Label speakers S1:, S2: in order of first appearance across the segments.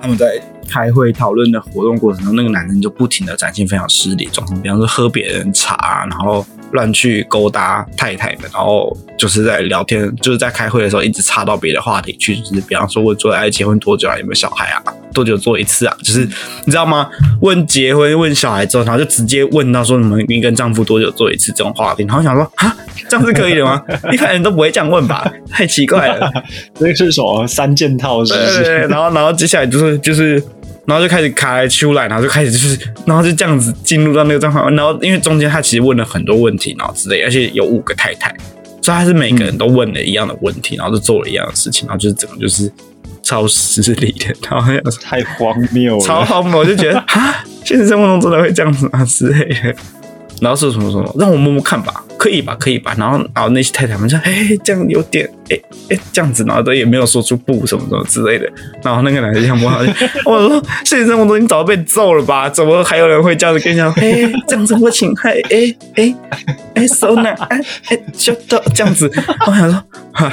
S1: 他们在开会讨论的活动过程中，那个男生就不停的展现非常失礼的状况，比方说喝别人茶，啊然后乱去勾搭太太们，然后就是在聊天，就是在开会的时候一直插到别的话题去，就是比方说问做爱结婚多久啊，有没有小孩啊，多久做一次啊，就是你知道吗？问结婚问小孩之后，然后就直接问到说你们你跟丈夫多久做一次这种话题，然后我想说啊，这样是可以的吗？ 一般人都不会这样问吧，太奇怪了。
S2: 这是什么三件套是不
S1: 对对
S2: 是？
S1: 对，然后然后接下来就是就是，然后就开始卡来出来，然后就开始就是，然后就这样子进入到那个状况，然后因为中间他其实问了很多问题，然后之类，而且有五个太太，所以他是每个
S2: 嗯
S1: 人都问了一样的问题，然后就做了一样的事情，然后就是整个就是超失礼的，然后要
S2: 太荒谬
S1: 超
S2: 了！
S1: 荒谬，我就觉得 啊，现实生活中真的会这样子吗之类的。然后说什么什么，让我摸摸看吧，可以吧，可以吧。然后，然后那些太太们说，哎，这样有点，哎哎，这样子，然后都也没有说出不什么什么之类的。然后那个男的就 想摸他，我说现实生活中你早就被揍了吧？怎么还有人会这样子跟你讲？哎，这样子我请，嗨，哎哎哎，so n 哎哎，就到这样子。我想说哈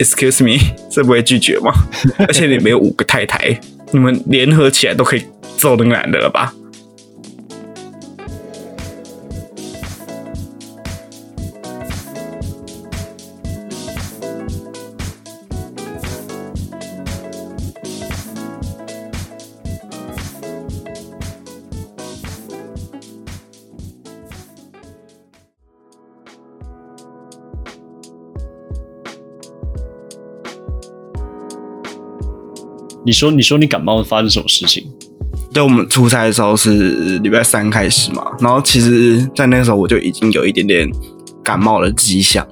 S1: ，excuse me，这 不会拒绝吗？而且你们有五个太太，你们联合起来都可以揍那个男的了吧？
S2: 你说，你说你感冒发生什么事情？
S1: 对，我们出差的时候是礼拜三开始嘛，然后其实，在那个时候我就已经有一点点感冒的迹象，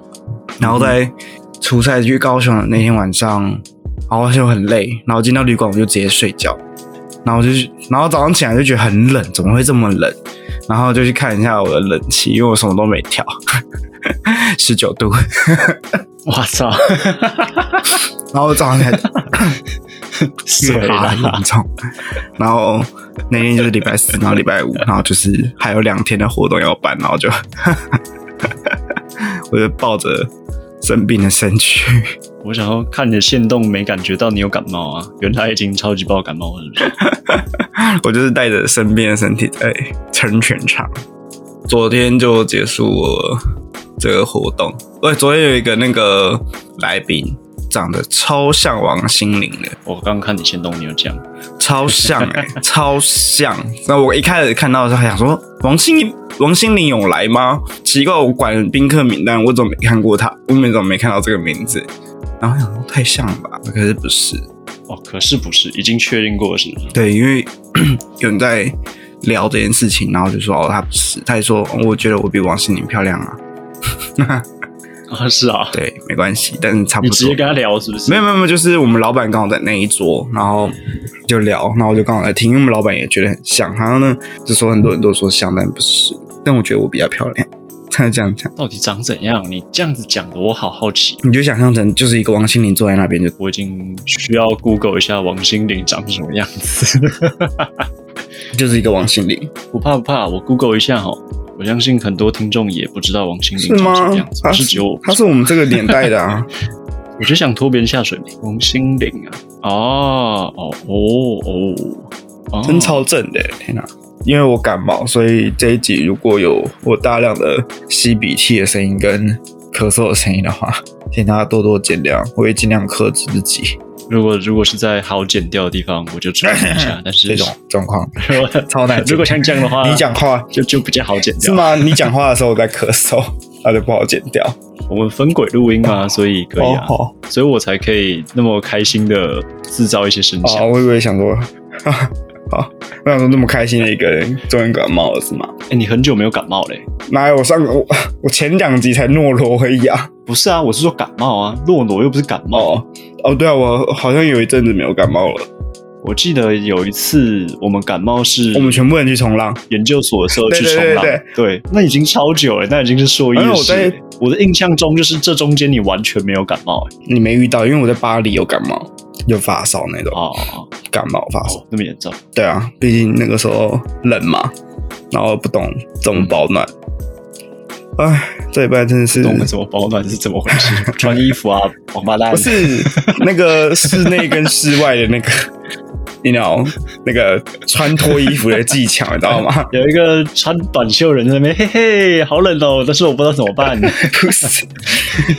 S1: 然后在出差去高雄的那天晚上，然后就很累，然后进到旅馆我就直接睡觉，然后我就去，然后早上起来就觉得很冷，怎么会这么冷？然后就去看一下我的冷气，因为我什么都没调， 十九度，
S2: 我操！
S1: 然后早上起来
S2: 水
S1: 越拉
S2: 啦
S1: 越！严重。然后那天就是礼拜四，然后礼拜五，然后就是还有两天的活动要办，然后就 我就抱着生病的身躯，
S2: 我想要看你的线动，没感觉到你有感冒啊？原来已经超级爆感冒了，是不是？
S1: 我就是带着生病的身体在撑全场。昨天就结束我这个活动，喂，昨天有一个那个来宾。长得超像王心凌的，
S2: 我刚刚看你线动，你有讲，
S1: 超像哎、 超像。那我一开始看到的时候还想说，王心王心凌有来吗？奇怪，我管宾客名单，我怎么没看过她？我怎么没看到这个名字？然后想说太像了吧，可是不是？
S2: 哦，可是不是已经确定过是不是？
S1: 对，因为 有人在聊这件事情，然后就说哦，她不是，她还说、哦我觉得我比王心凌漂亮啊。
S2: 啊，是啊，
S1: 对，没关系，但是差不
S2: 你直
S1: 多
S2: 接。跟他聊是不是？
S1: 没有没有没有，就是我们老板刚好在那一桌，然后就聊，然后我就刚好在听，因为我们老板也觉得很像，然后呢就说很多人都说像，但不是，但我觉得我比较漂亮， 他就这样讲，
S2: 到底长怎样？你这样子讲的，我好好奇。
S1: 你就想象成就是一个王心凌坐在那边就，
S2: 我已经需要 Google 一下王心凌长什么样子。
S1: 就是一个王心凌，
S2: 不怕不怕，我 Google 一下哈。我相信很多听众也不知道王心凌
S1: 是
S2: 长
S1: 吗
S2: 什么样子，？
S1: 他
S2: 不是只有我不知道
S1: 他是我们这个年代的啊，
S2: 我就想拖别人下水没。王心凌啊，哦哦哦 哦，哦
S1: 真超正的，天哪、因为我感冒，所以这一集如果有我大量的吸鼻涕的声音跟咳嗽的声音的话，请大家多多见谅，我会尽量克制自己
S2: 如果如果是在好剪掉的地方，我就注意一 下。但是
S1: 这种状况。
S2: 如果
S1: 超难剪
S2: 如果像这样的话，啊
S1: 你讲话
S2: 就就比较好剪
S1: 是
S2: 掉。
S1: 吗？你讲话的时候我在咳 嗽，那就不好剪掉。
S2: 我们分轨录音嘛，所以可以啊，
S1: 哦
S2: 所以我才可以那么开心的制造一些声
S1: 哦，
S2: 响。
S1: 哦我以为想说， 好，我想说那么开心的一个人，终于感冒了是吗？
S2: 哎、你很久没有感冒嘞、
S1: 哪有我上我我前两集才诺罗而已啊！
S2: 不是啊，我是说感冒啊，诺诺又不是感冒。
S1: 哦哦，对啊，我好像有一阵子没有感冒了。
S2: 我记得有一次我们感冒是
S1: 我们全部人去冲浪，
S2: 研究所的时候
S1: 对
S2: 去
S1: 对
S2: 冲浪，
S1: 对
S2: 对那已经超久了，那已经是硕一
S1: 哎
S2: 的
S1: 我
S2: 事
S1: 在
S2: 了。我的印象中就是这中间你完全没有感冒、哎
S1: 你没遇到，因为我在巴黎有感冒，有发烧那种，
S2: 哦哦
S1: 感冒发烧。
S2: 哦，那么严重，
S1: 对啊，毕竟那个时候冷嘛，然后不懂怎么保暖。哎，这礼拜真的是
S2: 懂了怎么保暖是怎么回事？ 穿衣服啊，王八蛋
S1: 不！是那个室内跟室外的那个 你 you know 那个穿脱衣服的技巧，你知道 吗？
S2: 有一个穿短袖人在那边，嘿嘿，好冷哦，但是我不知道怎么 办。
S1: 不是，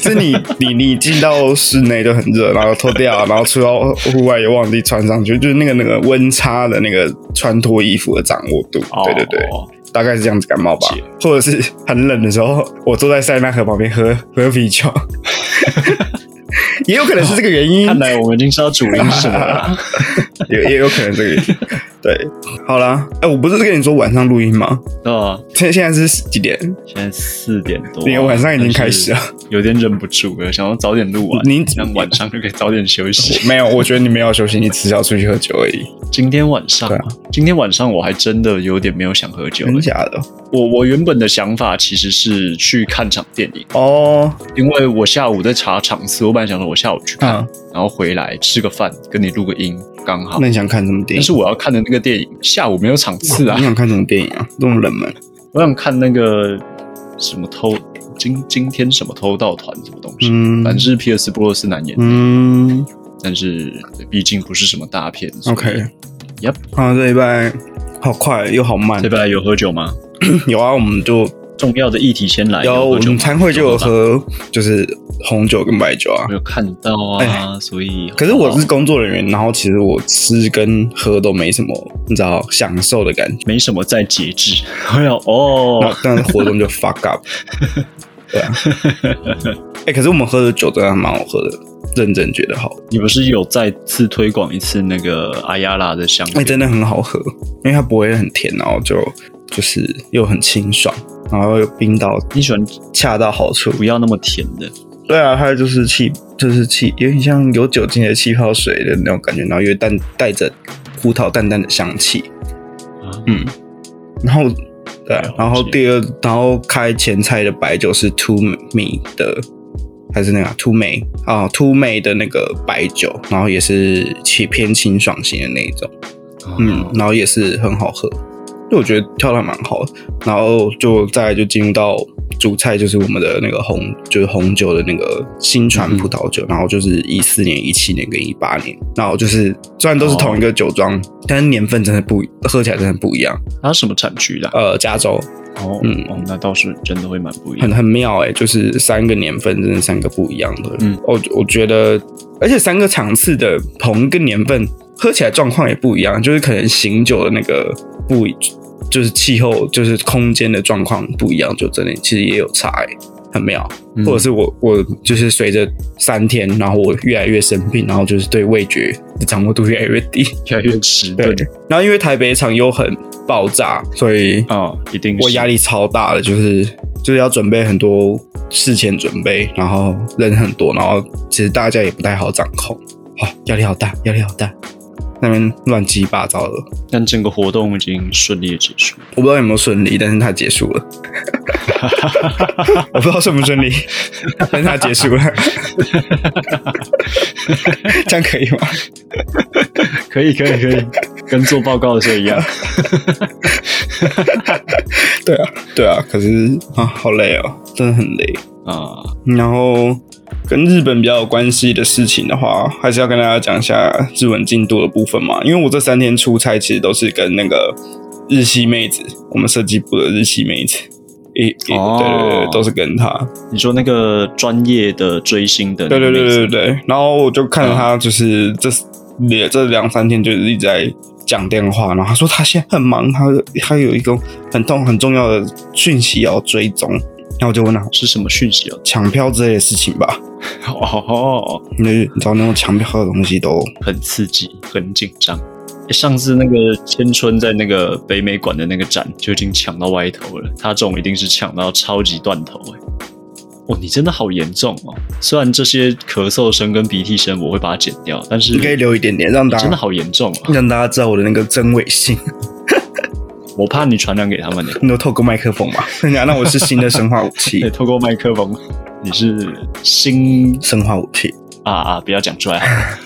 S1: 是你你你进到室内就很热，然后脱掉，然后出到户外又忘记穿上去，就是那个那个温差的那个穿脱衣服的掌握度。对对对。
S2: 哦
S1: 大概是这样子感冒吧
S2: 解，
S1: 或者是很冷的时候，我坐在塞纳河旁边喝喝啤酒， 也有可能是这个原因。
S2: 哦看来我们已经知道主因是什么了。
S1: 也也有可能这个原因。对，好啦，哎、我不是跟你说晚上录音吗？
S2: 对啊，
S1: 现现在是几点？
S2: 现在四点多，
S1: 你晚上已经开始了，
S2: 有点忍不住了，想要早点录完，
S1: 你
S2: 这样晚上就可以早点休息。
S1: 没有，我觉得你没有休息，你只是要出去喝酒而已。
S2: 今天晚上
S1: 对嗯
S2: 啊，今天晚上我还真的有点没 有想喝酒欸、
S1: 真假的？
S2: 我我原本的想法其实是去看场电影，
S1: 哦，
S2: 因为我下午在查场次，我本来想说我下午去看，
S1: 嗯，
S2: 然后回来吃个饭，跟你录个音，刚好。
S1: 那你想看什么电
S2: 但
S1: 影？
S2: 是我要看的那个电影下午没有场次啊
S1: 你，想看什么电影啊？这么冷门？
S2: 我想看那个什么偷今今天什么偷盗团什么东西，
S1: 嗯
S2: 反正是皮尔斯布洛斯男演，
S1: 嗯
S2: 但是毕竟不是什么大片。所以
S1: ，OK。
S2: Yep
S1: 啊，这礼拜好快又好慢
S2: 这。边有喝酒吗？
S1: 有啊，我们就
S2: 重要的议题先来。
S1: 啊有我
S2: 喝酒
S1: 们
S2: 吗
S1: 餐会就有喝，就是红酒跟白酒啊
S2: 没。有看到啊，所以
S1: 可是我是工作人员，然后其实我吃跟喝都没什么，你知道享受的感觉。
S2: 没什么在节制。 哎呀，哦
S1: 那，但是活动就 fuck up。对啊，哎、可是我们喝的酒真的还蛮好喝的，认真觉得好，
S2: 你不是有再次推广一次那个阿亚拉的香
S1: 哎、
S2: 水？
S1: 真的很好喝，因为它不会很甜，然后就就是又很清爽，然后又冰到
S2: 你喜欢
S1: 恰到好处。
S2: 不要那么甜的？
S1: 对啊，它就是气，就是气，有点像有酒精的气泡水的那种感觉，然后又淡带着葡萄淡淡的香气，
S2: 啊
S1: 嗯，然后对啊
S2: 了解，
S1: 然后第二，然后开前菜的白酒是 Two Me 的，还是那个 Two Me 啊 Two Me 的那个白酒，然后也是其偏清爽型的那一种，
S2: 哦
S1: 嗯，然后也是很好喝，就我觉得跳的蛮好的，然后就再来就进入到主菜，就是我们的那个红，就是红酒的那个新传葡萄酒，然后就是一四年、一七年跟一八年，然后就是虽然都是同一个酒庄，但是年份真的不一，喝起来真的不一样。
S2: 它什么产区的啊？
S1: 呃，加州
S2: 哦，
S1: 嗯
S2: 哦，那倒是真的会蛮不一样
S1: 很。很妙哎、就是三个年份，真的三个不一样的。
S2: 嗯，
S1: 我我觉得，而且三个场次的同一个年份喝起来状况也不一样，就是可能醒酒的那个不一，就是气候，就是空间的状况不一样，就真的其实也有差哎、很妙。
S2: 嗯
S1: 或者是我我就是随着三天，然后我越来越生病，然后就是对味觉的掌握度越来越低。
S2: 越来越迟
S1: 对
S2: 钝，
S1: 然后因为台北场又很爆炸，所以
S2: 哦，一定是
S1: 我压力超大的，就是就是要准备很多事前准备，然后人很多，然后其实大家也不太好掌控，好、压力好大，压力好大，那边乱七八糟的，
S2: 但整个活动已经顺利地结束。
S1: 我不知道有没有顺利，但是它结束了，我不知道顺不顺利，但是它结束了，这样可以吗？
S2: 可以，可以，可以， 跟做报告的时候一 样。
S1: 对啊，对啊，可是啊，好累哦，真的很累。
S2: 啊，
S1: 然后跟日本比较有关系的事情的话，还是要跟大家讲一下日文进度的部分嘛。因为我这三天出差，其实都是跟那个日系妹子，我们设计部的日系妹子，一、一
S2: 哦
S1: 对对对对，都是跟她，
S2: 你说那个专业的追星的，
S1: 对对对对对，对。然后我就看到她，就是这也这两三天就是一直在讲电话，然后她说她现在很忙，她她有一个很痛很重要的讯息要追踪，然后我就问她
S2: 是什么讯息哦？
S1: 抢票之类的事情吧。
S2: 哦，
S1: 因为你知道那种抢票的东西都
S2: 很刺激，很紧张。诶上次那个千春在那个北美馆的那个展就已经抢到歪头了，他这种一定是抢到超级断头哎、哦，你真的好严重哦！虽然这些咳嗽声跟鼻涕声我会把它剪掉，但是
S1: 你可以留一点点，让大
S2: 你真的
S1: 家
S2: 好严重啊！
S1: 让大家知道我的那个真伪性。
S2: 我怕你传染给他们欸呢、
S1: 你都透过麦克风嘛？ 人家那我是新的生化武器
S2: 对，，透过麦克风，你是新
S1: 生化武器。
S2: 啊啊，不要讲出来。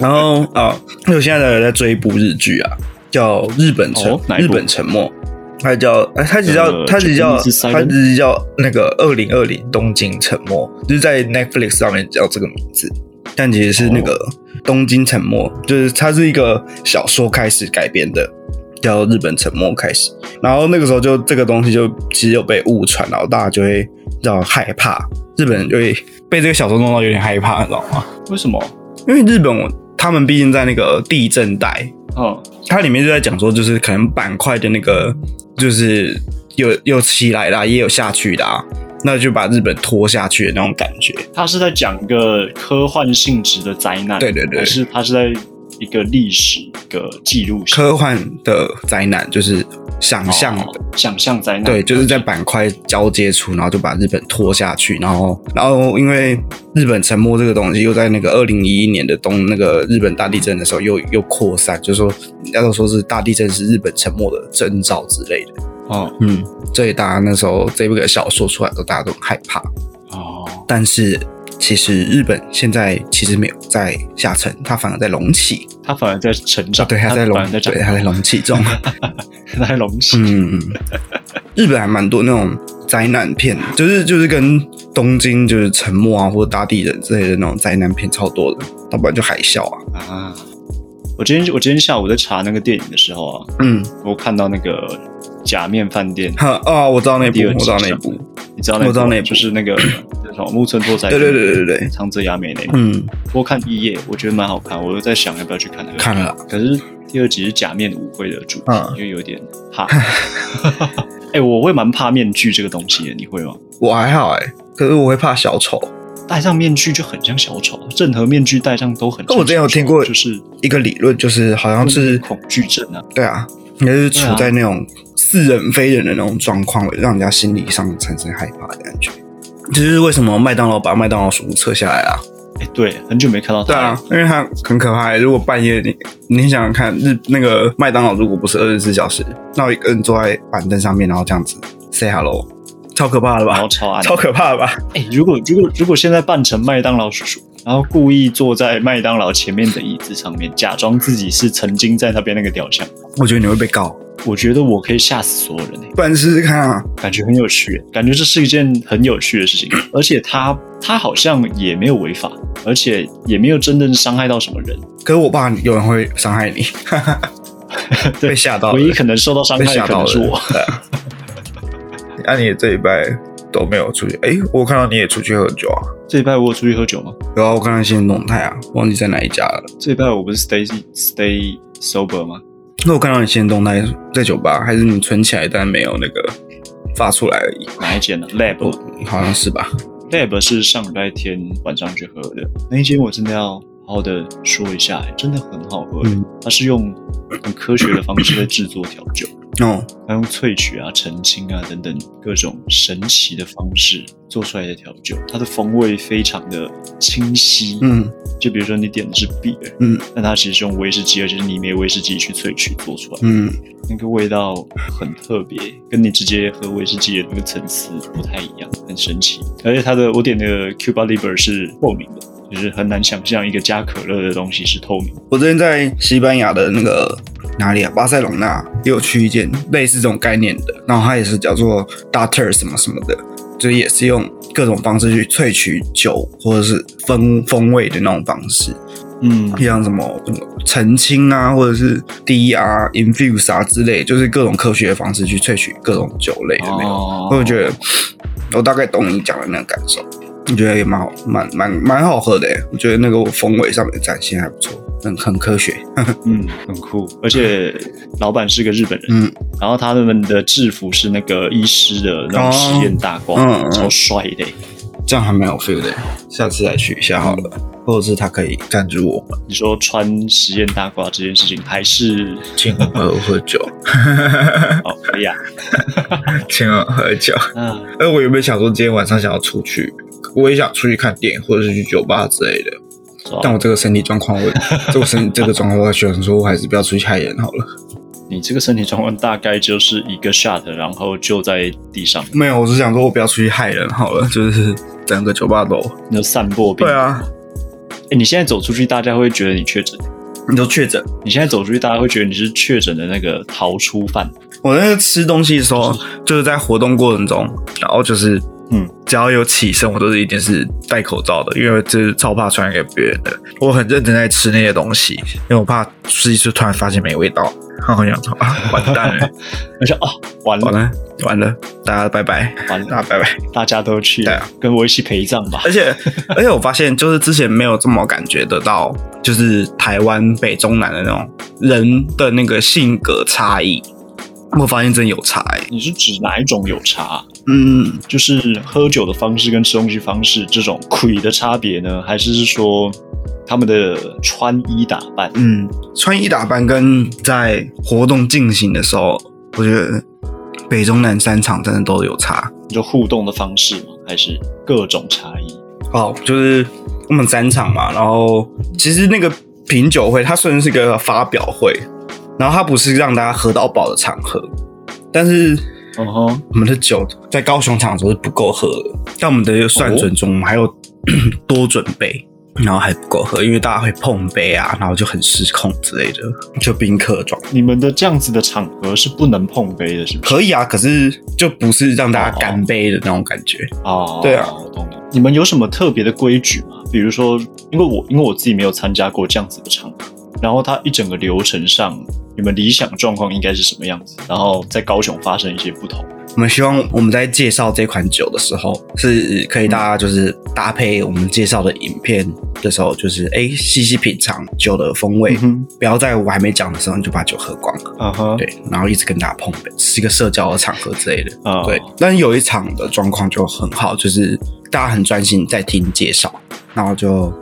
S1: 然后啊，因为我现在有在追一部日剧啊，叫《日本沉、
S2: 哦哪一
S1: 日
S2: 部
S1: 本沉默》，它叫哎，它只
S2: 呃
S1: 叫它只叫
S2: Japanese Silent
S1: 它只叫那个二零
S2: 哦
S1: 二零东京沉默，就是在 Netflix 上面叫这个名字，但其实是那个东京沉没》，就是它是一个小说开始改编的，叫《日本沉没》开始。然后那个时候就这个东西就其实有被误传，然后大家就会让害怕，日本人就会被这个小说弄到有点害怕，你知道吗？
S2: 为什么？
S1: 因为日本我他们毕竟在那个地震带，
S2: 哦，
S1: 它里面就在讲说，就是可能板块的那个，就是有有起来啦，也有下去的、啊，那就把日本拖下去的那种感觉。
S2: 他是在讲一个科幻性质的灾难，
S1: 对对对
S2: 还是他是在一个历史一个记录性
S1: 科幻的灾难就是想象的，
S2: 哦想象灾难，
S1: 对，就是在板块交接处，然后就把日本拖下去，然后，然后因为日本沉没这个东西，又在那个二零一一年的东那个日本大地震的时候又又扩散，就是说，人家都说是大地震是日本沉没的征兆之类的，
S2: 哦
S1: 嗯，所以大家那时候这个小说出来的时候，大家都很害怕，
S2: 哦，
S1: 但是其实日本现在其实没有在下沉，它反而在隆起，
S2: 他反而在成长，
S1: 对，它在
S2: 啊反
S1: 隆
S2: 而，在长
S1: 对，它在隆起 中。
S2: 大，在隆起，
S1: 嗯，日本还蛮多那种灾难片，就是就是跟东京就是沉没啊，或者大地震之类的那种灾难片超多的，要不然就海啸啊。
S2: 啊！我今天我今天下午在查那个电影的时候啊，
S1: 嗯，
S2: 我看到那个《假面饭店》，
S1: 好哦，我知道那部
S2: 第二，
S1: 我
S2: 集
S1: 知道那
S2: 上
S1: 部，
S2: 你知道那
S1: 我知道那
S2: 部
S1: 部
S2: 就是那个那什么木村拓哉，
S1: 对对对对对对
S2: 长泽雅美那部。
S1: 嗯，
S2: 我看一页，我觉得蛮好看，我又在想要不要去看那个。
S1: 看了啦，
S2: 可是第二集是假面舞会的主题，
S1: 嗯
S2: 因为有点怕。 哎、我会蛮怕面具这个东西的，你会吗？
S1: 我还好哎、可是我会怕小丑。
S2: 戴上面具就很像小丑，任何面具戴上都很像小
S1: 哦那
S2: 丑。
S1: 我之前有听过
S2: 就是
S1: 一个理论就是好像是
S2: 恐惧症啊，
S1: 对啊，应该是处在那种似人非人的那种状况，让人家心理上产生害怕的感觉。这就是为什么麦当劳把麦当劳鼠撤下来啊？
S2: 哎、对，很久没看到他
S1: 对
S2: 了。
S1: 啊，因为它很可怕欸。如果半夜你你想想看，日那个麦当劳如果不是二十四小时，那我一个人坐在板凳上面，然后这样子 say hello，超可怕的
S2: 然
S1: 吧
S2: 后？超暗。
S1: 超可怕的吧？
S2: 哎、如果如果如果现在扮成麦当劳叔叔，然后故意坐在麦当劳前面的椅子上面，假装自己是曾经在那边那个雕像，
S1: 我觉得你会被告，
S2: 我觉得我可以吓死所有人、欸。
S1: 不然试试看啊。
S2: 感觉很有趣，感觉这是一件很有趣的事情，而且他他好像也没有违法，而且也没有真正伤害到什么人，
S1: 可是我怕有人会伤害你，
S2: 对
S1: 被吓到了
S2: 唯一可能受到伤害
S1: 哦被
S2: 的
S1: 吓
S2: 可
S1: 到
S2: 能
S1: 了
S2: 是我。。
S1: 对啊， 那你这礼拜都没有出去？哎，我看到你也出去喝酒啊？
S2: 这礼拜我有出去喝酒吗？
S1: 然后我看到新的动态啊，忘记在哪一家了。
S2: 这礼拜我不是 stay stay sober 吗？
S1: 那我看到你新的动态在酒吧，还是你存起来但没有那个发出来而已？
S2: 哪一间呢？Lab 吗
S1: 好像是吧？
S2: Lab 是上礼拜天晚上去喝的那一间，我真的要好好的说一下、哎真的很好喝。
S1: 嗯
S2: 它是用很科学的方式在制作调酒，
S1: 哦，
S2: 它用萃取啊、澄清啊等等各种神奇的方式做出来的调酒，它的风味非常的清晰。，
S1: 嗯
S2: 就比如说你点的是 beer，
S1: 嗯，
S2: 但它其实是用威士忌，而且是泥煤威士忌去萃取做出来的，
S1: 嗯，
S2: 那个味道很特别，跟你直接喝威士忌的那个层次不太一样，很神奇。而且它的我点的 Cuba Libre 是透明的，就是很难想象一个加可乐的东西是透明的。
S1: 我之前在西班牙的那个哪里啊，巴塞隆纳也有去一间类似这种概念的，然后它也是叫做 Dater 什么什么的，就是也是用各种方式去萃取酒或者是风风味的那种方式，
S2: 嗯
S1: 像什么什么澄清啊，或者是 DR infuse 啊之类，就是各种科学的方式去萃取各种酒类的那种。
S2: 哦
S1: 我觉得我大概懂你讲的那个感受，我觉得也蛮好，蛮蛮蛮好喝的耶。我觉得那个风味上面展现还不错，很很科学。
S2: 嗯，很酷。而且老板是个日本人，
S1: 嗯
S2: 然后他们的制服是那个医师的那种实验大褂，
S1: 哦嗯嗯
S2: 超帅的欸、
S1: 这样还蛮有 feel 的耶，下次再去一下好了。或者是他可以赞助我们，
S2: 你说穿实验大褂这件事情还是
S1: 请我们喝酒，
S2: 哦可以啊，
S1: 请我们喝酒。
S2: 啊
S1: 哎，我原本想说今天晚上想要出去，我也想出去看电影或者是去酒吧之类的，
S2: 是吧
S1: 但我这个身体状况， 我这我身这个状况，我选说我还是不要出去害人好了。
S2: 你这个身体状况大概就是一个 shot，然后就在地上，
S1: 没有，我是想说我不要出去害人好了，就是整个酒吧都。
S2: 那散播病。
S1: 对，啊，
S2: 哎，你现在走出去，大家会觉得你确诊。
S1: 你都确诊。
S2: 你现在走出去，大家会觉得你是确诊的那个逃出犯。
S1: 我那个吃东西的时候，就是在活动过程中，然后就是
S2: 嗯，
S1: 只要有起身，我都是一定是戴口罩的，因为这是超怕传染给别人的。我很认真在吃那些东西，因为我怕吃一吃突然发现没味道，然后我想说啊，完蛋 了，
S2: 我想哦，完
S1: 完
S2: 了
S1: 了，完了，大家拜拜，
S2: 完
S1: 大
S2: 了，
S1: 家拜拜。
S2: 大家都去
S1: 对
S2: 了
S1: 啊，
S2: 跟我一起陪葬吧
S1: 而。且而且我发现，就是之前没有这么感觉得到，就是台湾北中南的那种人的那个性格差异，我发现真有差、欸。
S2: 你是指哪一种有差啊？
S1: 嗯，
S2: 就是喝酒的方式跟吃东西方式这种魁的差别呢，还是是说他们的穿衣打扮？
S1: 嗯，穿衣打扮跟在活动进行的时候，我觉得北中南三场真的都有差。
S2: 就互动的方式吗？还是各种差异？
S1: 哦，就是我们三场嘛，然后其实那个品酒会它算是个发表会，然后它不是让大家喝到饱的场合，但是
S2: 嗯哼，
S1: 我们的酒在高雄场的时候是不够喝的，但我们的算准中，我们还 有多准备，然后还不够喝，因为大家会碰杯啊，然后就很失控之类的，就宾客的状态
S2: 你们的这样子的场合是不能碰杯的，是不是？
S1: 可以啊，可是就不是让大家干杯的那种感觉。
S2: 哦，
S1: 对啊
S2: 我懂了。你们有什么特别的规矩吗？比如说，因为我因为我自己没有参加过这样子的场合，然后它一整个流程上，你们理想状况应该是什么样子？然后在高雄发生一些不同。
S1: 我们希望我们在介绍这款酒的时候，是可以大家就是搭配我们介绍的影片的时候，就是哎细细品尝酒的风味，
S2: 嗯哼，
S1: 不要在我还没讲的时候你就把酒喝光了。
S2: 啊哈，
S1: 对，然后一直跟大家碰杯，是一个社交的场合之类的。
S2: 啊，
S1: 对，但是有一场的状况就很好，就是大家很专心在听介绍，然后就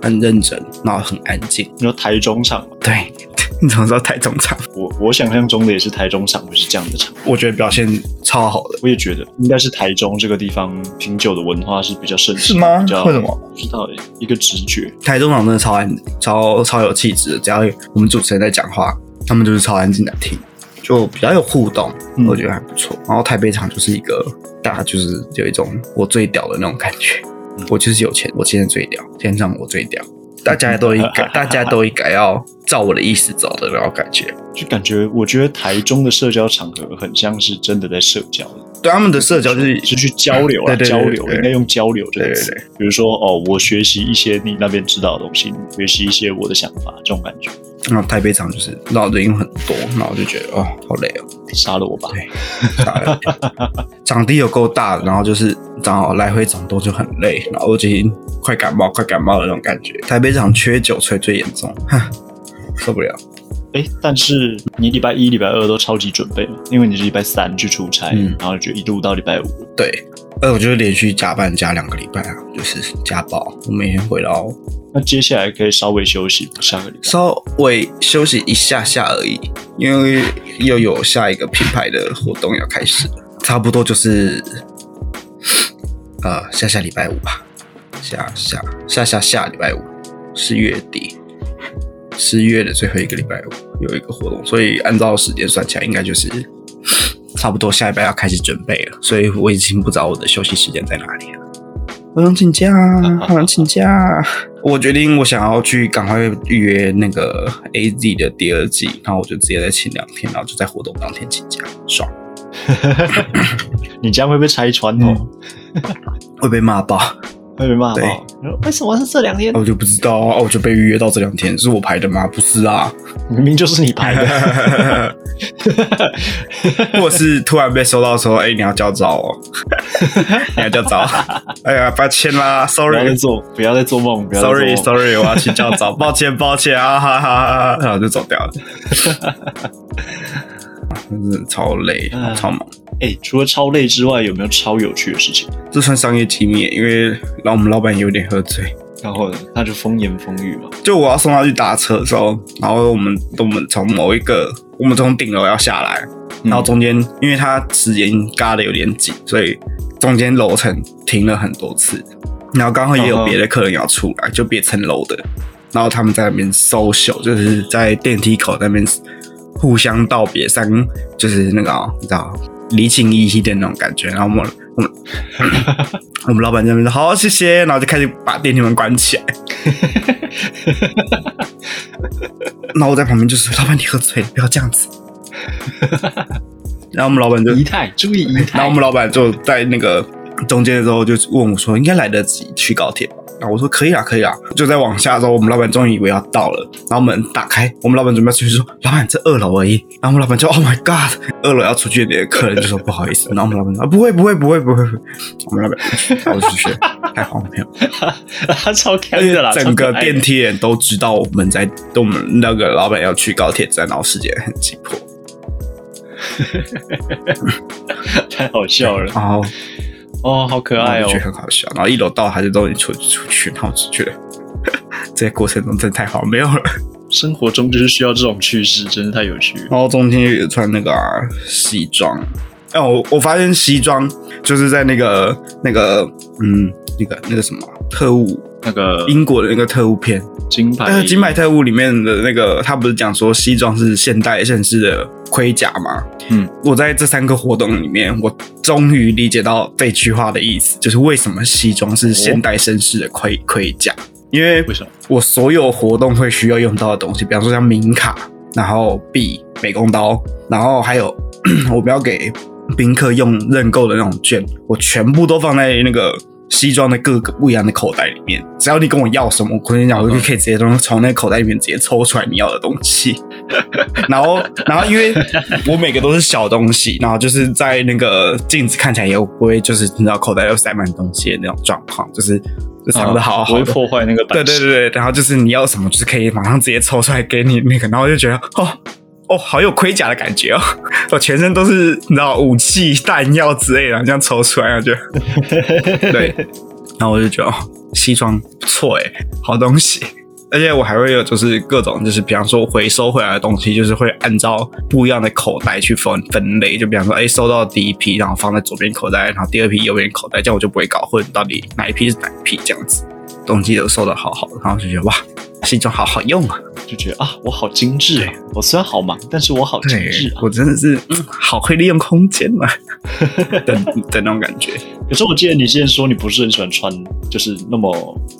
S1: 很认真，然后很安静。
S2: 你说台中场，
S1: 对， 你怎么知道台中场？
S2: 我我想象中的也是台中场，不是这样的场。
S1: 我觉得表现超好的。
S2: 我也觉得应该是台中这个地方品酒的文化是比较盛
S1: 是
S2: 行，
S1: 吗
S2: 比较
S1: 为什么？
S2: 不知道欸，一个直觉。
S1: 台中场真的超安，超超有气质的，只要我们主持人在讲话，他们就是超安静的听，就比较有互动，
S2: 嗯
S1: 我觉得还不错。然后台北场就是一个大家就是有一种我最屌的那种感觉，
S2: 嗯
S1: 我就是有钱，我今天最屌，天上我最屌，大家都应 该，大家都应该要照我的意思走的那种感觉。
S2: 就感觉，我觉得台中的社交场合很像是真的在社交的，
S1: 对他们的社交就是
S2: 是去交流啊，
S1: 对对对
S2: 交流
S1: 对对
S2: 应该用交流这
S1: 对
S2: 个
S1: 对
S2: 词。
S1: 对，
S2: 比如说，哦，我学习一些你那边知道的东西，你学习一些我的想法，这种感觉。
S1: 然后台北场就是脑子因为很多，然后我就觉得哦好累哦，
S2: 杀了我吧！
S1: 打了 场地有够大，然后就是然后来回掌舵就很累，然后我已经快感冒、快感冒的那种感觉。台北场缺酒吹最严重，哈，受不了。
S2: 哎，但是你礼拜一、礼拜二都超级准备嘛，因为你是礼拜三去出差，
S1: 嗯
S2: 然后就一路到礼拜五，
S1: 对，呃，我就连续加班加两个礼拜啊，就是加爆。我每天回到
S2: 那接下来可以稍微休息下个礼拜。
S1: 稍微休息一下下而已，因为又有下一个品牌的活动要开始了，差不多就是呃下下礼拜五吧，下下下下下礼拜五是月底，是月的最后一个礼拜五有一个活动，所以按照时间算起来，应该就是差不多下礼拜要开始准备了，所以我已经不知道我的休息时间在哪里了。我想请假，我想请假。我决定我想要去赶快预约那个 A Z 的第二季，然后我就直接再请两天，然后就在活动当天请假，爽，
S2: 你这样会被拆穿哦。
S1: 嗯会被骂爆。
S2: 会被骂
S1: 对
S2: 爆。为什么是这两天？
S1: 我就不知道啊，我就被预约到这两天，是我排的吗？不是啊，
S2: 明明就是你排的。
S1: 或者是突然被收到说，哎、你要叫早哦， 你要叫 早，哎呀，抱歉啦
S2: 不要再
S1: ，sorry。
S2: 做，不要再做梦，不要再做梦
S1: Sorry,
S2: 哎
S1: Sorry，我要去叫 早，抱歉，抱歉啊，哈哈哈哈，然后就走 掉了。真的超累，超忙。
S2: 哎、除了超累之外，有没有超有趣的事情？
S1: 这算商业机密，因为然后我们老板有点喝醉，
S2: 然后呢，那就风言风语嘛。
S1: 就我要送他去打车的时候，然后我们我们从某一个，我们从顶楼要下来，
S2: 嗯
S1: 然后中间因为他时间嘎的有点紧，所以中间楼层停了很多次，然后刚好也有别的客人要出来，就别层楼的，然后他们在那边 social，就是在电梯口那边互相道别三，就是那个、哦、你知道离情依依的那种感觉，然后我们我们我们老板在那边说好谢谢，然后就开始把电梯门关起来。然后我在旁边就是，老板你喝醉了，不要这样子。然后我们老板就，
S2: 仪态，注意仪态。
S1: 然后我们老板就在那个中间的时候就问我说，应该来得及去高铁吧？然后我说可以啦，可以啦。啊就在往下之后，我们老板终于以为要到了，然后门打开，我们老板准备要出去说，老板这二楼而已。然后我们老板就 Oh my God，二 楼要出去的客人就说不好意思。然后我们老板说啊不会不会不会不会，不会我们老板带我出去，太荒谬了。
S2: 他超开
S1: 而
S2: 的
S1: 且
S2: 啦，
S1: 整个电
S2: 电
S1: 梯人都知道我们在，我们那个老板要去高铁站，然后时间很紧迫。
S2: 哎太好笑了
S1: 然后
S2: 哦，好可爱
S1: 然后我就
S2: 哦
S1: 觉，得很好笑。然后一楼到他就都已经出出去，然后我就觉得 这个过程中真的太荒谬了。
S2: 生活中就是需要这种趣事，真的太有趣了。
S1: 然后中间也穿那个、啊、西装。哎、我我发现西装就是在那个那个嗯那个那个什么特务
S2: 那个
S1: 英国的那个特务片，
S2: 金牌，
S1: 但是《嗯呃金牌特务》里面的那个，他不是讲说西装是现代绅士的盔甲吗？
S2: 嗯，
S1: 我在这三个活动里面，我终于理解到这句话的意思，就是为什么西装是现代绅士的盔盔甲。因为
S2: 为什么？
S1: 我所有活动会需要用到的东西，比方说像名卡，然后币、美工刀，然后还有 我不要给宾客用认购的那种券，我全部都放在那个西装的各个不一样的口袋里面。只要你跟我要什么，我跟你讲，我就可以直接从从那个口袋里面直接抽出来你要的东西。 然后，然后因为我每个都是小东西，然后就是在那个镜子看起来也不会就是你知道口袋又塞满东西的那种状况，就是就藏的好
S2: 啊不
S1: 好
S2: 会
S1: 的。
S2: 破坏那个
S1: 对
S2: 版
S1: 对
S2: 式。
S1: 对对，然后就是你要什么，就是可以马上直接抽出来给你那个，然后我就觉得哦哦，好有盔甲的感觉哦， 我全身都是你知道武器、弹药之类的，这样抽出来，然后就对，然后我就觉得哦，西装不错哎，好东西。而且我还会有，就是各种，就是比方说回收回来的东西，就是会按照不一样的口袋去分分类。就比方说，哎、收到第一批，然后放在左边口袋，然后第二批右边口袋，这样我就不会搞混到底哪一批是哪一批这样子。东西都收的好好的，然后就觉得哇，西装好好用啊！
S2: 就觉得啊，我好精致啊！我虽然好忙，但是我好精
S1: 对
S2: 致啊！
S1: 我真的是、嗯、好会利用空间嘛、的的那种感觉。
S2: 可是我记得你之前说你不是很喜欢穿，就是那么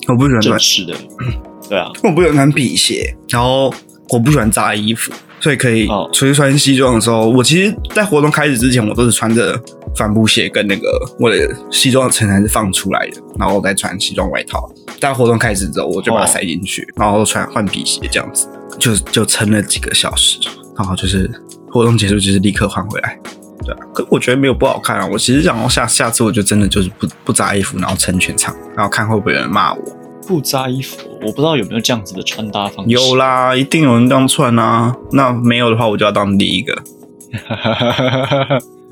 S1: 我不喜欢
S2: 正
S1: 穿，
S2: 式的，
S1: 嗯
S2: 对啊，
S1: 我不喜欢穿皮鞋，然后我不喜欢扎衣服，所以可以
S2: 哦
S1: 出去穿西装的时候，我其实，在活动开始之前，我都是穿着帆布鞋跟那个我的西装的衬衫是放出来的，然后我再穿西装外套。但活动开始之后，我就把它
S2: 哦
S1: 塞进去，然后穿换皮鞋这样子，就就撑了几个小时，然后就是活动结束就是立刻换回来。对啊，可我觉得没有不好看啊。我其实想要下下次我就真的就是不不扎衣服，然后撑全场，然后看会不会有人骂我。
S2: 不扎衣服，我不知道有没有这样子的穿搭方式。
S1: 有
S2: 了，
S1: 啦，一定有人这样串啊。那没有的话，我就要当第一个，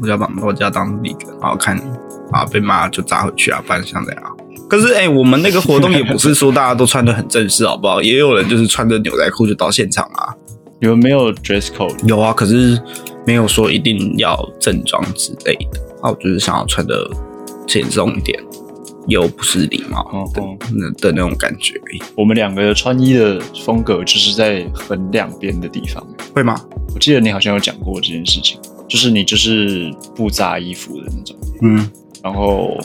S1: 我就要当我就要当第一个，然后看啊被骂就砸回去啊，不然像这样啊。可是哎、欸我们那个活动也不是说大家都穿的很正式，好不好？ 也有人就是穿着牛仔裤就到现场啊。
S2: 你们没 有 dress code，
S1: 有啊，可是没有说一定要正装之类的。啊，我就是想要穿的轻松一点，又不失礼貌
S2: 哦
S1: 的
S2: 哦
S1: 那的那种感觉而已，
S2: 我们两个穿衣的风格就是在很两边的地方。
S1: 会吗？
S2: 我记得你好像有讲过这件事情，就是你就是不扎衣服的那种，
S1: 嗯，
S2: 然后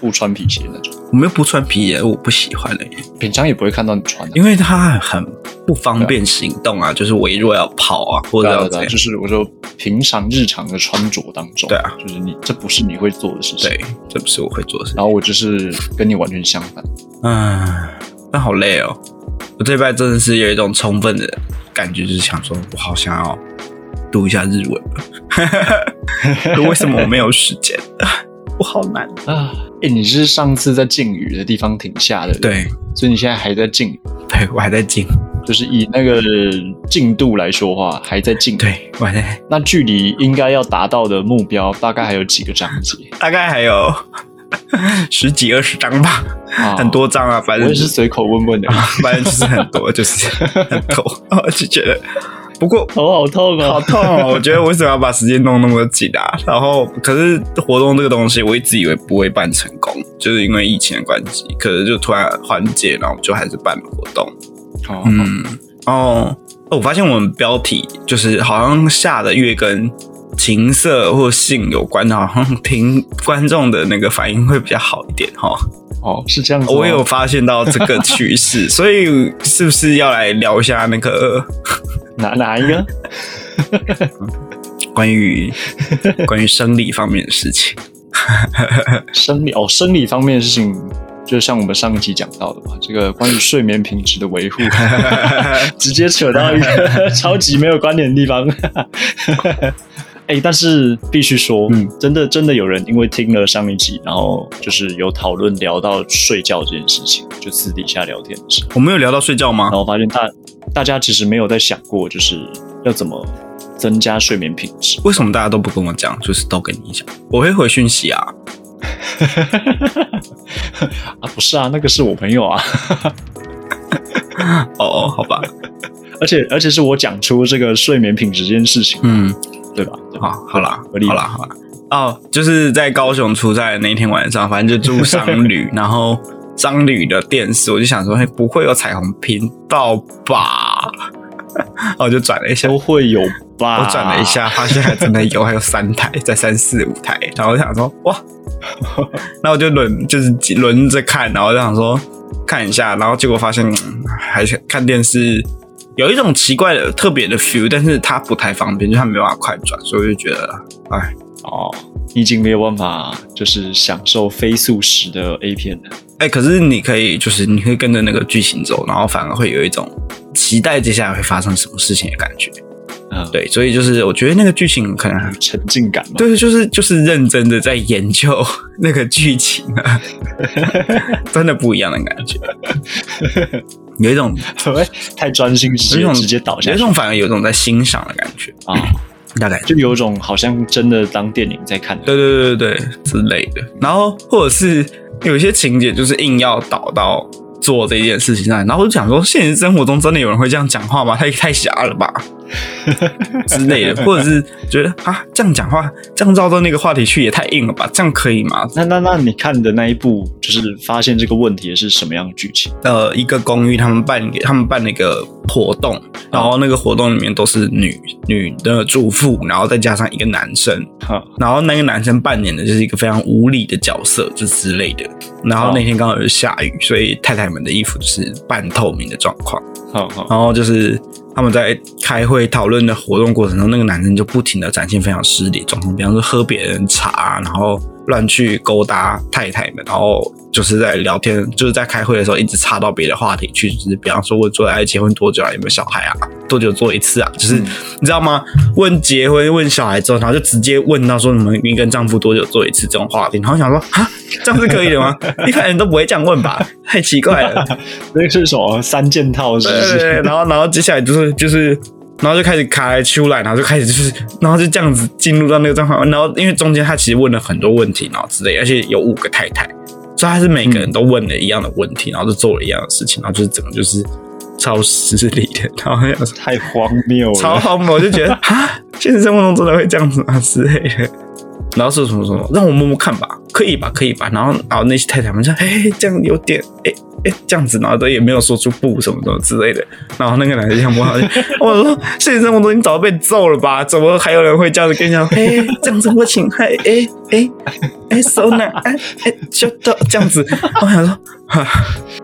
S2: 不穿皮鞋那种，
S1: 我们又不穿皮鞋，我不喜欢而已。
S2: 平常也不会看到你穿的。
S1: 因为它很不方便行动啊，就是我如果要跑啊，或者
S2: 对啊
S1: 要
S2: 对
S1: 怎
S2: 啊，
S1: 样，
S2: 就是我说平常日常的穿着当中，
S1: 对啊，
S2: 就是你这不是你会做的事情。
S1: 对，这不是我会做的事。
S2: 然后我就是跟你完全相反，
S1: 唉，但好累哦。我这礼拜真的是有一种充分的感觉，就是想说，我好想要读一下日文了。 可为什么我没有时间？ 我好难。
S2: 啊，哎，你是上次在禁语的地方停下的，，
S1: 对，
S2: 所以你现在还在禁语，
S1: 对我还在进，
S2: 就是以那个进度来说话，还在进。，
S1: 对我还在，
S2: 那距离应该要达到的目标大概还有几个章节？
S1: 大概还有十几二十张吧，
S2: 啊
S1: 很多张啊，反
S2: 我
S1: 正
S2: 也
S1: 就是
S2: 随口问 问的，
S1: 啊，反正就是很多，就是很多， 我就觉得，不过
S2: 头好痛
S1: 好
S2: 啊！
S1: 痛哦！我觉得为什么要把时间弄那么紧啊？然后，可是活动这个东西，我一直以为不会办成功，就是因为疫情的关系，可是就突然缓解，然后就还是办了活动。
S2: 好，
S1: 嗯，哦，哦我发现我们标题就是好像下的越跟情色或性有关的，好像听观众的那个反应会比较好一点哈、哦。
S2: 哦，是这样子吗。
S1: 我有发现到这个趋势，所以是不是要来聊一下那个
S2: 哪哪一个？
S1: 呃关于关于生理方面的事情？
S2: 生理哦，生理方面的事情，就像我们上一集讲到的嘛，这个关于睡眠品质的维护， 直接扯到一个超级没有关联的地方。 哎、但是必须说，
S1: 嗯
S2: 真的真的有人因为听了上一集，然后就是有讨论聊到睡觉这件事情，就私底下聊天的时候，
S1: 我们有聊到睡觉吗
S2: 然？后发现大大家其实没有在想过，就是要怎么增加睡眠品质。
S1: 为什么大家都不跟我讲？就是都跟你讲，我会回讯息啊。
S2: 啊，不是啊，那个是我朋友啊。
S1: 哦哦，好 吧，
S2: 而且而且是我讲出这个睡眠品质这件事情，
S1: 嗯，
S2: 对吧？对吧
S1: 好，好啦
S2: 合理，吧
S1: 好啦，好啦。哦，就是在高雄出差的那一天晚上，反正就住商 旅，然后商旅的电视，我就想说，嘿，不会有彩虹频道吧？ 然后我就转了一下，
S2: 都会有吧？
S1: 我转了一，下，发现还真的有，还有三台，在三四五台。然后我想说，哇， 那我就轮就是轮着看，然后就想说看一下，然后结果发现、嗯还是看电视有一种奇怪的特别的 feel，但是它不太方便，就它没办法快转，所以我就觉得，哎
S2: 哦，你已经没有办法就是享受非素食的 A 片了。
S1: 哎，可是你可以就是你会跟着那个剧情走，然后反而会有一种期待接下来会发生什么事情的感觉。
S2: 嗯，，
S1: 对，所以就是我觉得那个剧情可能还
S2: 有沉浸感嘛。
S1: 对，就是就是认真的在研究 那个剧情啊，真的不一样的感觉，有一种
S2: 对，太专心，直
S1: 有一
S2: 接
S1: 种
S2: 直接倒
S1: 有
S2: 下
S1: 一
S2: 去
S1: 种反而有一种在欣赏的感觉，
S2: 啊，
S1: 大概是
S2: 就有一种好像真的当电影在看的。
S1: 对对对对对之类的。然后或者是有一些情节就是硬要导到做这件事情上来，然后我就想说，现实生活中真的有人会这样讲话吗？太太瞎了吧之类的，或者是觉得啊这样讲话，这样绕到那个话题去也太硬了吧？这样可以吗？
S2: 那那那你看的那一部，就是发现这个问题的是什么样的剧情？
S1: 呃一个公寓，他们办他们办了一个活动，然后那个活动里面都是女女的住妇，然后再加上一个男生，
S2: 哈，
S1: 然后那个男生扮演的就是一个非常无理的角色，就之类的。然后那天刚好是下雨，所以太太们的衣服就是半透明的状况。
S2: 好好，
S1: 然后就是他们在开会讨论的活动过程中，那个男生就不停的展现非常失礼的状况，比方说喝别人茶，啊然后乱去勾搭太太们，然后就是在聊天，就是在开会的时候一直插到别的话题去，就是比方说问说哎结婚多久啊，有没有小孩啊，多久做一次啊，就是、
S2: 嗯
S1: 你知道吗？问结婚问小孩之后，然后就直接问到说你们你跟丈夫多久做一次这种话题，然后想说啊这样是可以的吗？一般人都不会这样问吧，太奇怪了。
S2: 那个是什么三件套？是不
S1: 对对
S2: 是？
S1: 对，然后然后接下来就是就是，然后就开始卡来出来，然后就开始就是，然后就这样子进入到那个状况。然后因为中间他其实问了很多问题，然后之类，而且有五个太太，所以他是每个人都问了一样的问题，然后就做了一样的事情，然后就是整个就是超失礼的，然后想说
S2: 太荒谬了！
S1: 超好我就觉得 啊，现实生活中真的会这样子吗之类的。然后说什么什么，让我摸摸看吧，可以吧，可以吧。然后，然后那些太太们说，哎，这样有点，哎哎，这样子，然后都也没有说出不什么什么之类的。然后那个男的就想 摸他，我说，现实生活中你早就被揍了吧？怎么还有人会这样子跟你讲？哎，这样子我请，哎哎哎哎，so 难，哎哎，就到这样子。 我想说哈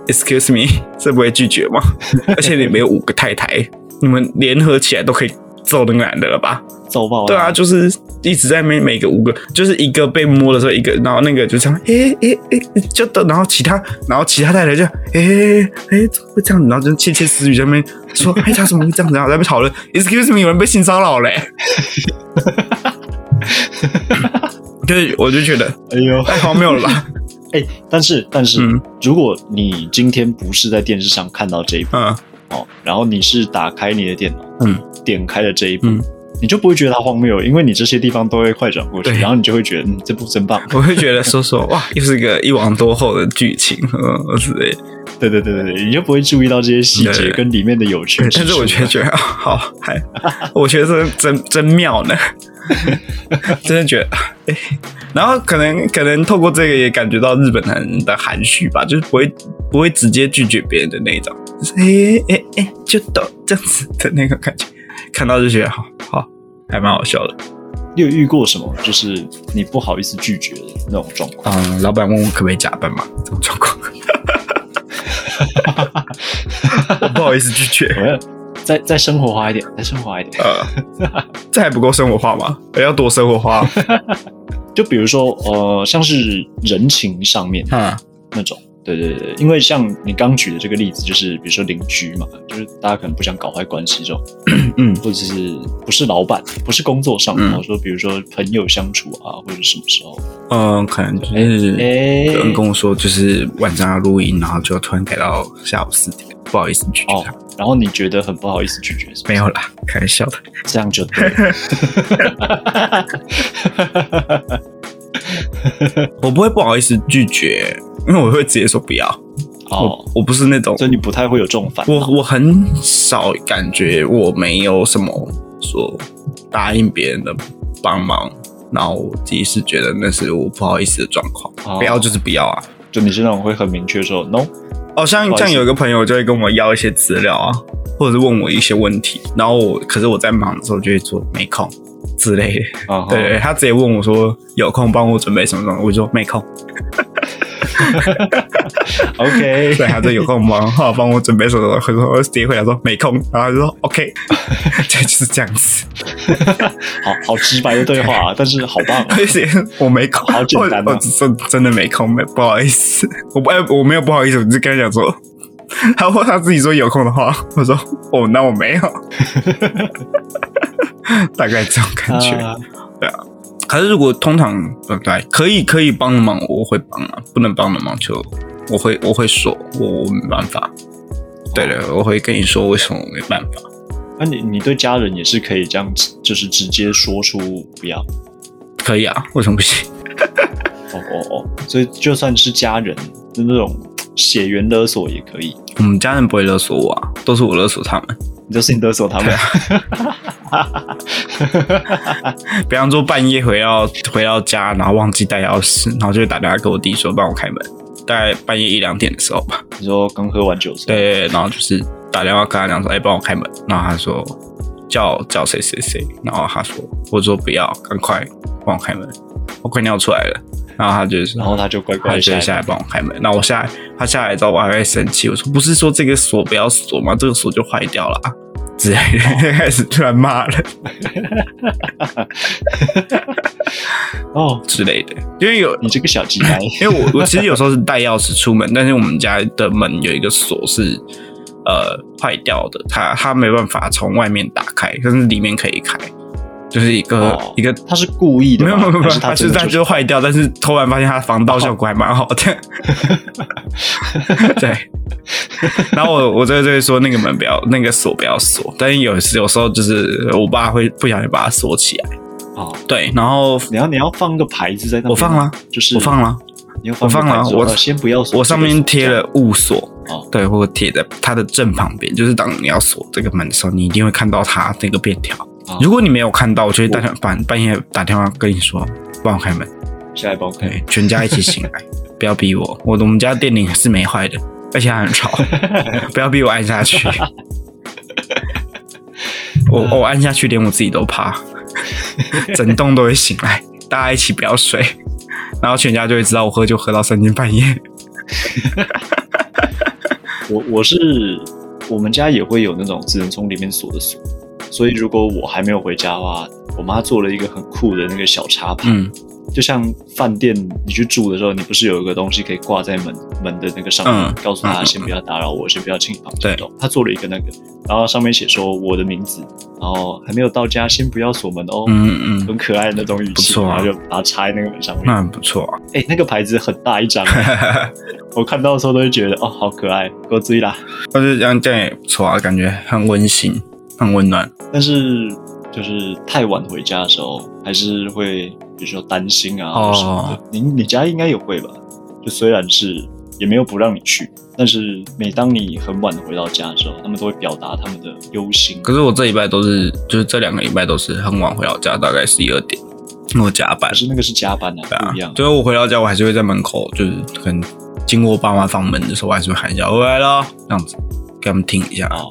S1: ，excuse me，这 不会拒绝吗？而且你们有五个太太，你们联合起来都可以揍那个男的了吧？
S2: 揍爆！
S1: 对啊，，就是一直在每每个五个，就是一个被摸的时候，一个然后那个就这样，诶诶诶，就的，然后其他然后其他太太就诶诶怎么会这样子？然后就窃窃私语在那边说， 哎他怎么会这样子？然后在那边讨论，excuse me，有人被性骚扰嘞、就是我就觉得
S2: 哎呦，
S1: 太荒谬了吧？
S2: 哎、但是但是、
S1: 嗯
S2: 如果你今天不是在电视上看到这一部
S1: 嗯，
S2: 哦，然后你是打开你的电脑，
S1: 嗯，
S2: 点开了这一部，
S1: 嗯
S2: 你就不会觉得它荒谬，因为你这些地方都会快转过去，
S1: 对
S2: 然后你就会觉得嗯，这部真棒。
S1: 我会觉得说说哇，又是一个一网多后的剧情，嗯之类的。
S2: 对对对对对，你就不会注意到这些细
S1: 对
S2: 节
S1: 对对
S2: 跟里面的啊有趣之处。
S1: 但是我觉得觉得好，还我觉得真真真妙呢， 真的觉得。哎然后可能可能透过这个也感觉到日本人的含蓄吧，就是不会不会直接拒绝别人的那一种，就是哎哎哎，就懂这样子的那个感觉，看到就觉得好好，还蛮好笑的。
S2: 你有遇过什么就是你不好意思拒绝的那种状况？
S1: 嗯，老板问我可不可以加班嘛，这种状 况，我不好意思拒绝。
S2: 我要再再生活化一点，再生活化一点。
S1: 呃，这还不够生活化吗？我要多生活化。
S2: 就比如说呃，像是人情上面
S1: 啊，
S2: 那种。对对对，因为像你刚举的这个例子，就是比如说邻居嘛，就是大家可能不想搞坏关系这种，
S1: 嗯
S2: 或者是不是老板，不是工作上，
S1: 嗯
S2: 我说比如说朋友相处啊，或者什么时候，
S1: 嗯，可能就是
S2: 哎、
S1: 有人跟我说，就是晚上要录音，然后就突然改到下午四点，不好意思拒绝
S2: 哦
S1: 他，，
S2: 然后你觉得很不好意思拒绝，是不是
S1: 没有啦，开玩笑的。
S2: 这样就 对 了。
S1: 我不会不好意思拒绝，因为我会直接说不要。
S2: 哦，
S1: 我我不是那种
S2: 所以你不太会有这种反
S1: 我我很少感觉我没有什么说答应别人的帮忙，然后我自己是觉得那是我不好意思的状况，
S2: 哦
S1: 不要就是不要啊。
S2: 就你是那种会很明确说 no，
S1: 哦，像
S2: 不好意思
S1: 像有一个朋友就会跟我要一些资料啊，或者是问我一些问题，然后我可是我在忙的时候就会说没空之类的。
S2: 啊
S1: 对对，他直接问我说有空帮我准备什么什么，我就说没空。
S2: ，OK，
S1: 对，他说有空帮好帮我准备什么什么，我就直接回答说没空，然后他就说 OK，这 就是这样子。
S2: 好好直白的对话啊，但是 好 棒啊，
S1: 而且我没空，
S2: 好简单
S1: 我
S2: 啊
S1: 我真真的没空，没不好意思，我不哎我没有不好意思，我就跟他讲说， 他问他自己说有空的话，我说哦，那我没有， 大概这种感觉。
S2: 啊
S1: 可是如果通常对对，可以可以帮的忙我会帮啊，不能帮的忙就我会我会说，我我没办法。对的，我会跟你说为什么我没办法。
S2: 那你你对家人也是可以这样，就是直接说出不要，
S1: 可以啊，为什么不行？
S2: 哦哦哦，所以就算是家人就那种血缘勒索也可以，
S1: 我们家人不会勒索我啊，都是我勒索他们。
S2: 你就是你勒索他们，
S1: 啊比方说半夜回到回到家，然后忘记带钥匙，然后就打电话给我弟说帮我开门，大概半夜一两点的时候吧。
S2: 你说刚喝完酒是吧，
S1: 对，然后就是打电话跟他讲说，哎、帮我开门。然后他说叫叫谁谁谁，然后他说我说不要，赶快帮我开门，我快尿出来了。然后他就是，
S2: 然后他就乖
S1: 他
S2: 乖
S1: 就
S2: 下
S1: 会
S2: 来
S1: 下来帮我开门。那我下来，他下来之后我还会生气，我说不是说这个锁不要锁吗？这个锁就坏掉了啊之类的， 开始突然骂人。
S2: 哦，
S1: 之类的，因为有
S2: 你这个小鸡蛋，
S1: 因为我我其实有时候是带钥匙出门，但是我们家的门有一个锁是呃坏掉的，它它没办法从外面打开，但是里面可以开，就是一个、
S2: 哦
S1: 一个。
S2: 他是故意的
S1: 没
S2: 吗，
S1: 有没有没有，
S2: 还是
S1: 它
S2: 他
S1: 就
S2: 真
S1: 是
S2: 的
S1: 它就是坏掉，但是突然发现它防盗效果还蛮好 的。对，然后我我就就会说那个门不要，那个锁不要锁，但是有时有时候就是我爸会不小心把它锁起来。
S2: 哦，
S1: 对，然后
S2: 你要你要放个牌子在那边，
S1: 我放了，
S2: 就是
S1: 我放了，
S2: 你要
S1: 我
S2: 个
S1: 放
S2: 牌
S1: 了
S2: 子，
S1: 我
S2: 呃先不要锁，
S1: 我上面贴了物锁，
S2: 哦
S1: 对，或者贴在它的正旁边，就是当你要锁这个门的时候，你一定会看到它那个便条。
S2: 哦
S1: 如果你没有看到，我就会打半半夜打电话跟你说帮我开门，
S2: 下来包
S1: 对，全家一起醒来，不要逼我，我的我们家电铃是没坏的，而且它很 吵，不要逼我按下去。我我按下去，连我自己都怕，整栋都会醒来，大家一起不要睡，然后全家就会知道我喝酒喝到三更半夜。
S2: 我我是我们家也会有那种只能从里面锁的锁，所以如果我还没有回家的话，我妈做了一个很酷的那个小插牌，
S1: 嗯，
S2: 就像饭店你去住的时候，你不是有一个东西可以挂在门门的那个上面，
S1: 嗯
S2: 告诉他
S1: 嗯
S2: 先不要打扰我，先不要进房间
S1: 对
S2: 动。他做了一个那个，然后上面写说我的名字，然后还没有到家，先不要锁门哦。
S1: 嗯嗯，嗯，
S2: 很可爱的那种语
S1: 不
S2: 气，
S1: 错啊
S2: 然后就把它插在那个门上面。
S1: 那很不错 啊。
S2: 哎、那个牌子很大一张，啊 我看到的时候都会觉得哦，好可爱，够追啦。
S1: 我觉得这样这样也不错啊，感觉很温馨，很温暖。
S2: 但是就是太晚回家的时候，还是会比如说担心啊，
S1: 哦
S2: 或什么的。你你家应该也会吧？就虽然是也没有不让你去，但是每当你很晚回到家的时候，他们都会表达他们的忧心。
S1: 可是我这礼拜都是，就是这两个礼拜都是很晚回到家，大概十一二点，因为我加班
S2: 可。是那个是加班
S1: 对
S2: 啊，
S1: 啊
S2: 不一样，。
S1: 最后我回到家，我还是会在门口，就是可能经过我爸妈房门的时候，我还是会喊一下“我来了”这样子，给他们听一下。
S2: 哦，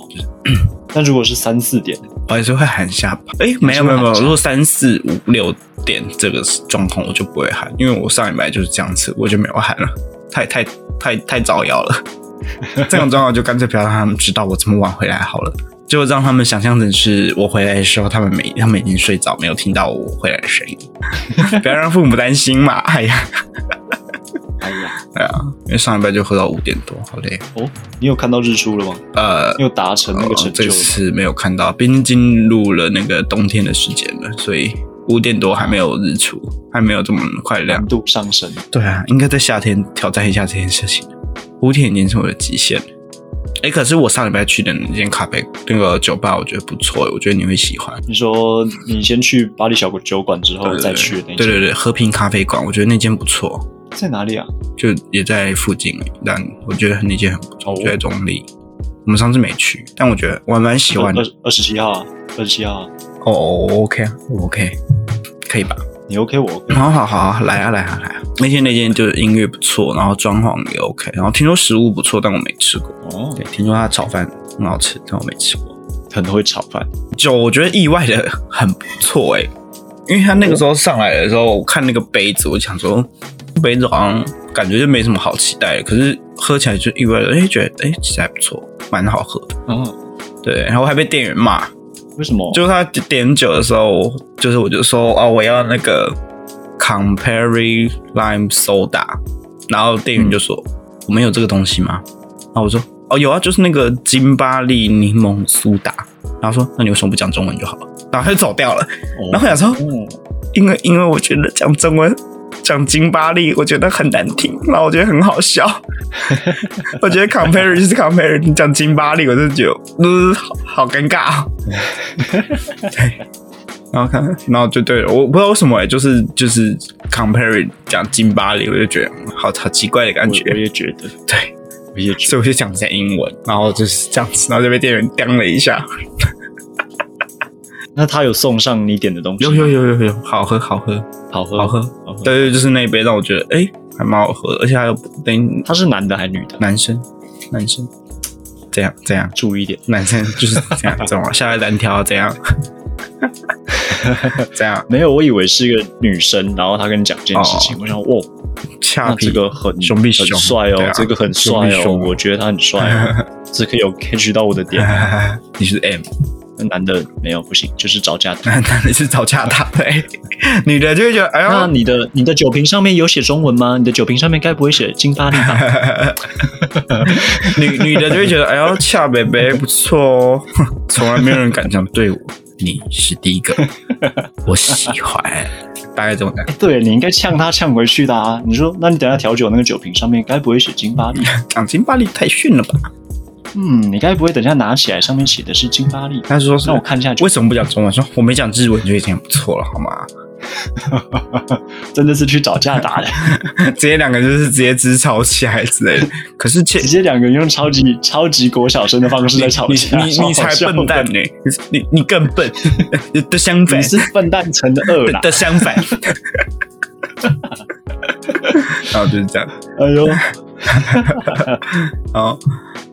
S2: 但如果是三四点，
S1: 我还是会喊下巴。哎、没有没有没有，
S2: 你是会喊下巴
S1: 如果三四五六点这个状况，我就不会喊，因为我上礼拜就是这样子，我就没有喊了，太太太太招摇了。这种状况就干脆不要让他们知道我这么晚回来好了，就让他们想象成是我回来的时候，他们没他们已经睡着，没有听到我回来的声音，不要让父母担心嘛。哎呀，
S2: 哎呀，
S1: 哎呀，因为上礼拜就喝到五点多，好累。
S2: 哦，你有看到日出了吗？
S1: 呃，
S2: 你有达成那个成就
S1: 这
S2: 了吗？
S1: 次没有看到，毕竟进入了那个冬天的时间了，所以五点多还没有日出，还没有这么快亮
S2: 难。度上升，
S1: 嗯对啊，应该在夏天挑战一下这件事情。五点已经是我的极限了。哎，可是我上礼拜去的那间咖啡那个酒吧，我觉得不错，我觉得你会喜欢。
S2: 你说你先去巴黎小酒馆之后
S1: 对
S2: 再去的那
S1: 对对
S2: 间
S1: 对，和平咖啡馆，我觉得那间不错，
S2: 在哪里啊？
S1: 就也在附近而已，但我觉得那间很不错，
S2: 哦
S1: 就在中立。我们上次没去，但我觉得我还蛮喜欢的
S2: 二。二十七号啊，二十七号啊，
S1: 哦哦我，OK 啊我，OK，可以吧？
S2: 你 OK 我 OK，
S1: 好好好好，来啊来啊来啊！那天那间就是音乐不错，然后装潢也 OK，然后听说食物不错，但我没吃过。
S2: 哦
S1: 对，，听说他炒饭很好吃，但我没吃过。
S2: 很会炒饭，
S1: 酒我觉得意外的很不错哎、因为他那个时候上来的时候，我看那个杯子，我想说杯子好像感觉就没什么好期待的，可是喝起来就意外的，哎、觉得哎、其实还不错，蛮好喝的。
S2: 哦，
S1: 对，然后还被店员骂，
S2: 为什么？
S1: 就是他点酒的时候，就是我就说哦，我要那个 Campari Lime Soda，然后店员就说、我们有这个东西吗？然后我说哦有啊，就是那个金巴利柠檬苏打。然后说那你为什么不讲中文就好了？然后他就走掉了。
S2: 哦
S1: 然后我想说
S2: 哦
S1: 因为因为我觉得讲中文讲金巴利，我觉得很难听，然后我觉得很好 笑。我觉得 compare 就是 compare，你讲金巴利，我就觉得嗯、好好尴 尬、哦。对，然后看，然后就对了，我不知道为什么、欸，就是就是 compare 讲金巴利，我就觉得嗯好好奇怪的感
S2: 我
S1: 觉。
S2: 我也觉得，
S1: 对，
S2: 我也觉
S1: 所以我就讲一下英文，然后就是这样子，然后就被店员刁了一下。
S2: 得。那他有送上你点的东西
S1: 有
S2: 吗？
S1: 有有有有，好喝好喝
S2: 好喝
S1: 好喝。
S2: 好喝。
S1: 对对，就是那一杯让我觉得哎、还蛮好喝的，而且还有等
S2: 他是男的还是女的？
S1: 男生，男生，这样这样，
S2: 注意一点，
S1: 男生就是这 样，这种下来单挑这样， 这样
S2: 没有，我以为是一个女生，然后他跟你讲这件事
S1: 哦
S2: 情，我想，哇，
S1: 恰
S2: 那
S1: 皮
S2: 这个很
S1: 熊必
S2: 很
S1: 熊
S2: 帅
S1: 对
S2: 哦
S1: 啊，
S2: 这个很
S1: 熊必
S2: 帅哦，
S1: 熊
S2: 我觉得他很帅哦， 这可以有 catch 到我的点。
S1: 你是 M，
S2: 那男的没有不行，就是找架打。
S1: 男的是找架打的，哎女的就会觉得哎
S2: 那
S1: 呦，
S2: 你的你的酒瓶上面有写中文吗？你的酒瓶上面该不会写金巴 利吧？
S1: 女女的就会觉得哎呦，恰北北不错哦，从来没有人敢这样对我，你是第一个，我喜欢，大概这种感觉，
S2: 对，你应该呛他呛回去的啊！你说，那你等一下调酒那个酒瓶上面该不会写金巴利？
S1: 讲金巴利太逊了吧？
S2: 嗯，你该不会等一下拿起来上面写的是金巴利？
S1: 他说是
S2: 那我看一下酒
S1: 为，什么不讲中文？说我没讲日文就已经很不错了，好吗？
S2: 真的是去找架打的，
S1: 直接两个就是直接只吵起来之 类的。可是切
S2: 直，接两个人用超级超级国小生的方式在吵
S1: 你
S2: 架，
S1: 你你才笨蛋呢、你你更笨 的相
S2: 你
S1: 反
S2: 是笨啊蛋乘的二 啦
S1: 的！相 反。然后就是这样，
S2: 哎呦，
S1: 然后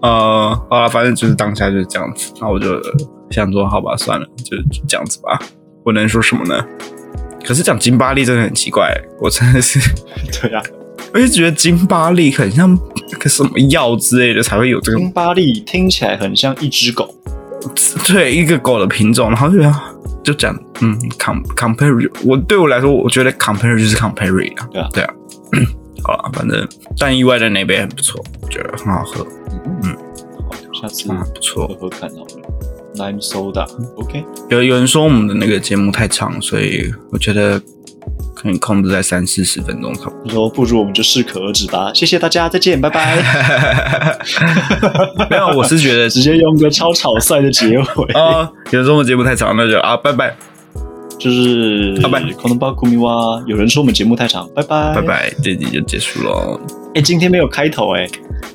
S1: 呃，好了，反正就是当下就是这样子。那我就想说，好吧，算了，就就这样子吧。我能说什么呢？可是讲金巴利真的很奇怪、我真的是。
S2: 对啊，
S1: 我就觉得金巴利很像个什么药之类的才会有这个，
S2: 金巴利听起来很像一只狗，
S1: 对一个狗的品种，然后就觉得就讲嗯，com compare，我对我来说，我觉得 compare 就是 compare 啊，
S2: 对啊
S1: 对啊， 好了，反正但意外的那杯很不错，我觉得很好喝，
S2: 嗯，好，下次
S1: 嗯，
S2: 喝
S1: 不错。
S2: 喝看好了。Lime soda，OK，、
S1: 有有人说我们的那个节目太长，所以我觉得可以控制在三四十分钟差不多。
S2: 你说不如我们就适可而止吧。谢谢大家，再见，拜拜。
S1: 没有，我是觉得，
S2: 直接用个超草率的结尾
S1: 啊，有人说我们节目太长，那就啊，拜拜
S2: 就是
S1: 拜拜
S2: 可能巴库米哇，有人说我们节目太长，拜拜
S1: 拜。拜，这集就结束喽。
S2: 哎，今天没有开头哎，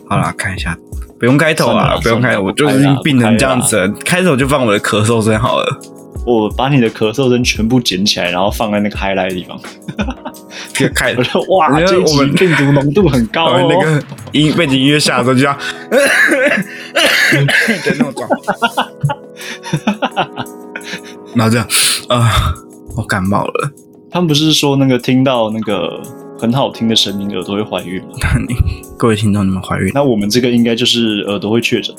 S1: 好啦，看一下，不用开头
S2: 算了
S1: 啊
S2: 啦，
S1: 不用开头，
S2: 算了
S1: 我就是已经病成这样子了，开头就放我的咳嗽声好了。
S2: 我把你的咳嗽声全部捡起来，然后放在那个 highlight 的地方。
S1: 这个开头，
S2: 我说哇，
S1: 我觉得
S2: 这一集
S1: 哎我们
S2: 病毒浓度很高
S1: 我们
S2: 哦。
S1: 那个音背景音乐下的时候就要的那种状况，然后这样啊，我感冒了，
S2: 他们不是说那个听到那个很好听的声音，耳朵会怀孕吗？
S1: 那你各位听众你们怀孕了？
S2: 那我们这个应该就是耳朵会确诊。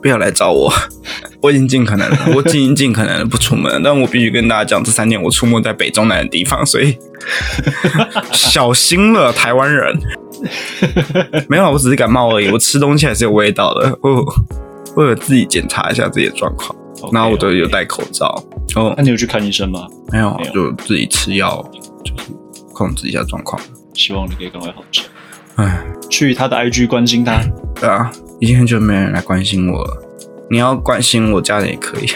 S1: 不要来找我， 我已经尽可 能了，我已经尽可能了不出门了，但我必须跟大家讲，这三年我出没在北中南的地方， 所以小心了，台湾人。没有啊，我只是感冒而已，我吃东西还是有味道的，我有我有自己检查一下自己的状况，
S2: OK，
S1: 然后我都
S2: OK
S1: 有戴口罩，哦
S2: 那，你有去看医生吗？
S1: 没有啊
S2: 没有
S1: 就自己吃药，就是控制一下状况。
S2: 希望你可以赶快好起来。
S1: 唉，
S2: 去他的 IG 关心他，
S1: 对啊，已经很久没有人来关心我了。你要关心我家人也可以，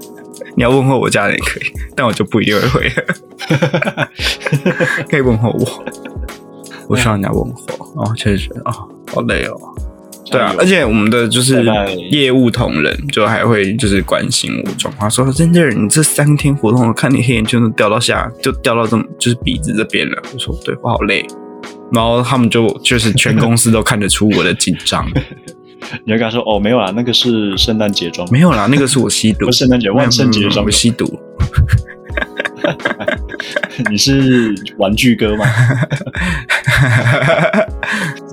S1: 你要问候我家人也可以，但我就不一定会 回。可以问候我，我需要人家问候。然后确实觉得哦，好累哦。对
S2: 啊
S1: 啊，
S2: 加油
S1: 而且我们的就是
S2: 拜拜
S1: 业务同仁就还会就是关心我状况，说真的，你这三天活动，我看你黑眼圈都掉到下，就掉到这么就是鼻子这边了。我说对，我好累。然后他们就就是全公司都看得出我的紧张，
S2: 你就跟他说哦，没有啦，那个是圣诞节装，
S1: 没有啦，那个是我吸毒
S2: 不，是圣诞节，
S1: 没有
S2: 万圣
S1: 没
S2: 节
S1: 有没有
S2: 装
S1: 我。吸毒，
S2: 你是玩具哥吗？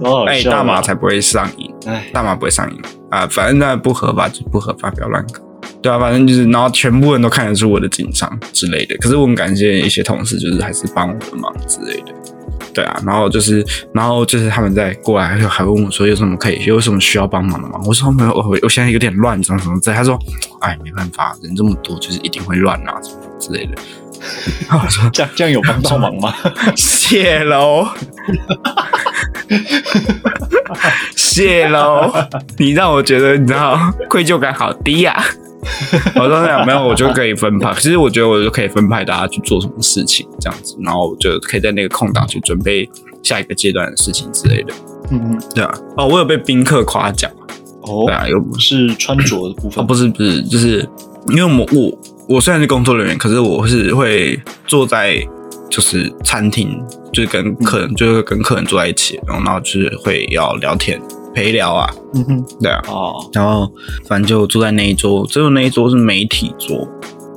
S2: 哦，好
S1: 哎、
S2: 笑啊
S1: 大麻才不会上瘾，
S2: 哎，
S1: 大麻不会上瘾啊，反正那不合法就不合法，不要乱搞。对啊，反正就是，然后全部人都看得出我的紧张之类的。可是我很感谢一些同事，就是还是帮我的忙之类的。对啊，然后就是，然后就是他们在过来，就还问我说有什么可以，有什么需要帮忙的吗？我说没有，我我现在有点乱，怎么怎么之类的。他说，哎，没办法，人这么多，就是一定会乱啊，什么之类的。然后我说
S2: 这样这样有帮到忙吗？
S1: 谢喽，谢喽，你让我觉得你知道愧疚感好低呀、我说没有没有，我就可以分派。其实我觉得我就可以分派大家去做什么事情，这样子，然后我就可以在那个空档去准备下一个阶段的事情之类的。
S2: 嗯，
S1: 对啊，哦，我有被宾客夸奖，
S2: 哦
S1: 对，啊，有
S2: 是穿着的部
S1: 啊，
S2: 分，
S1: 不是不是，就是因为我我我虽然是工作人员，可是我是会坐在就是餐厅，就是跟客人，就是跟客人坐在一起，然后然后就是会要聊天陪聊啊，
S2: 嗯哼，
S1: 对啊，
S2: 哦，
S1: 然后反正就坐在那一桌，只有那一桌是媒体桌。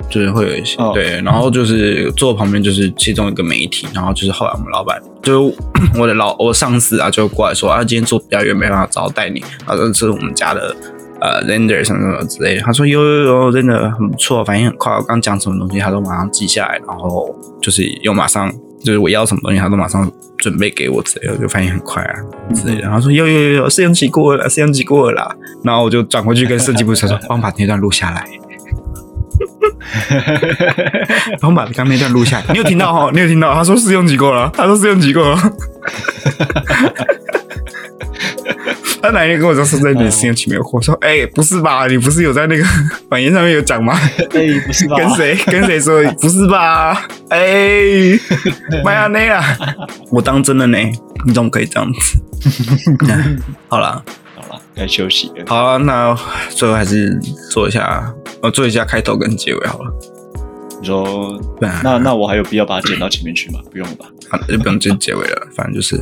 S1: 就是会有一些、
S2: 哦
S1: 对，然后就是坐旁边就是其中一个媒体，然后就是后来我们老板就是 我的老我上司啊，就过来说啊，今天做表演没办法招待你，啊，这是我们家的呃 render 什么什么之类的。他说有有有，真的很不错，反应很快。我刚讲什么东西，他都马上记下来，然后就是又马上就是我要什么东西，他都马上准备给我之类的，我就反应很快啊之类的。然后说有有有有，试用期过了啦，试用期过了啦。然后我就转回去跟设计部说， 帮我把那段录下来。 帮我把刚那段录下来，你有听到哈？你有听到？他说试用期过了，他说试用期过了。 他哪一天跟我说是在你试用期没有过？我说哎、不是吧？你不是有在那个 晚宴上面有讲吗？
S2: 哎，不是吧？
S1: 跟谁跟谁说？不是吧？哎、迈阿密 啊！我当真了呢，你怎么可以这样子？ 好啦，
S2: 好了，该休息了。
S1: 好啦，那最后还是做一下，我、做一下开头跟结尾好了。
S2: 你说，
S1: 不然
S2: 那那我还有必要把它剪到前面去吗？不用了吧？
S1: 好，就啊不用这结尾了。反正就是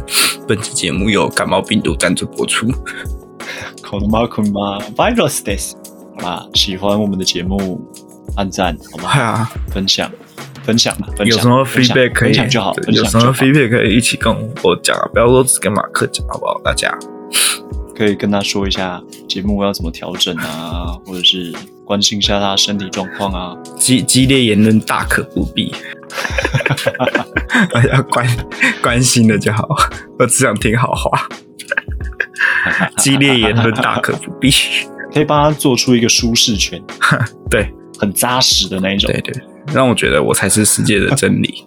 S1: 本期节目由感冒病毒赞助播出。
S2: このマークマバイロスです。好啦，啊喜欢我们的节目，按赞好
S1: 哎
S2: 吗？
S1: 呀，
S2: 分享，分享吧，分享。
S1: 有什么
S2: 分享
S1: feedback 可以
S2: 分享就好，
S1: 对
S2: 分
S1: 有
S2: 享
S1: 什
S2: 就
S1: 么
S2: 好。
S1: feedback 可以一起跟我讲啊，不要说只跟马克讲，好不好？大家
S2: 可以跟他说一下节目要怎么调整啊，或者是关心一下他的身体状况啊。
S1: 激激烈言论大可不 必，要关关心的就好。我只想听好 话，激烈言论大可不必。
S2: 可以帮他做出一个舒适圈，
S1: 对
S2: 很扎实的那一种。
S1: 对对，让我觉得我才是世界的真 理。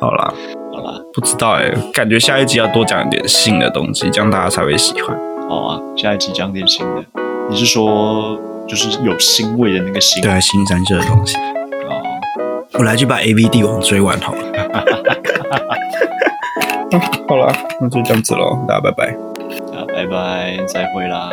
S1: 好啦，
S2: 好啦，
S1: 不知道哎、感觉下一集要多讲一点性的东西，这样大家才会喜欢。
S2: 好啊，下一集讲点新的。你是说就是有腥味的那个腥？
S1: 对，新三色的东西，
S2: 哦，
S1: 我来去把 A V 帝王追完 好了。好了，那就这样子喽，大家拜拜。
S2: 啊那拜拜，再会啦。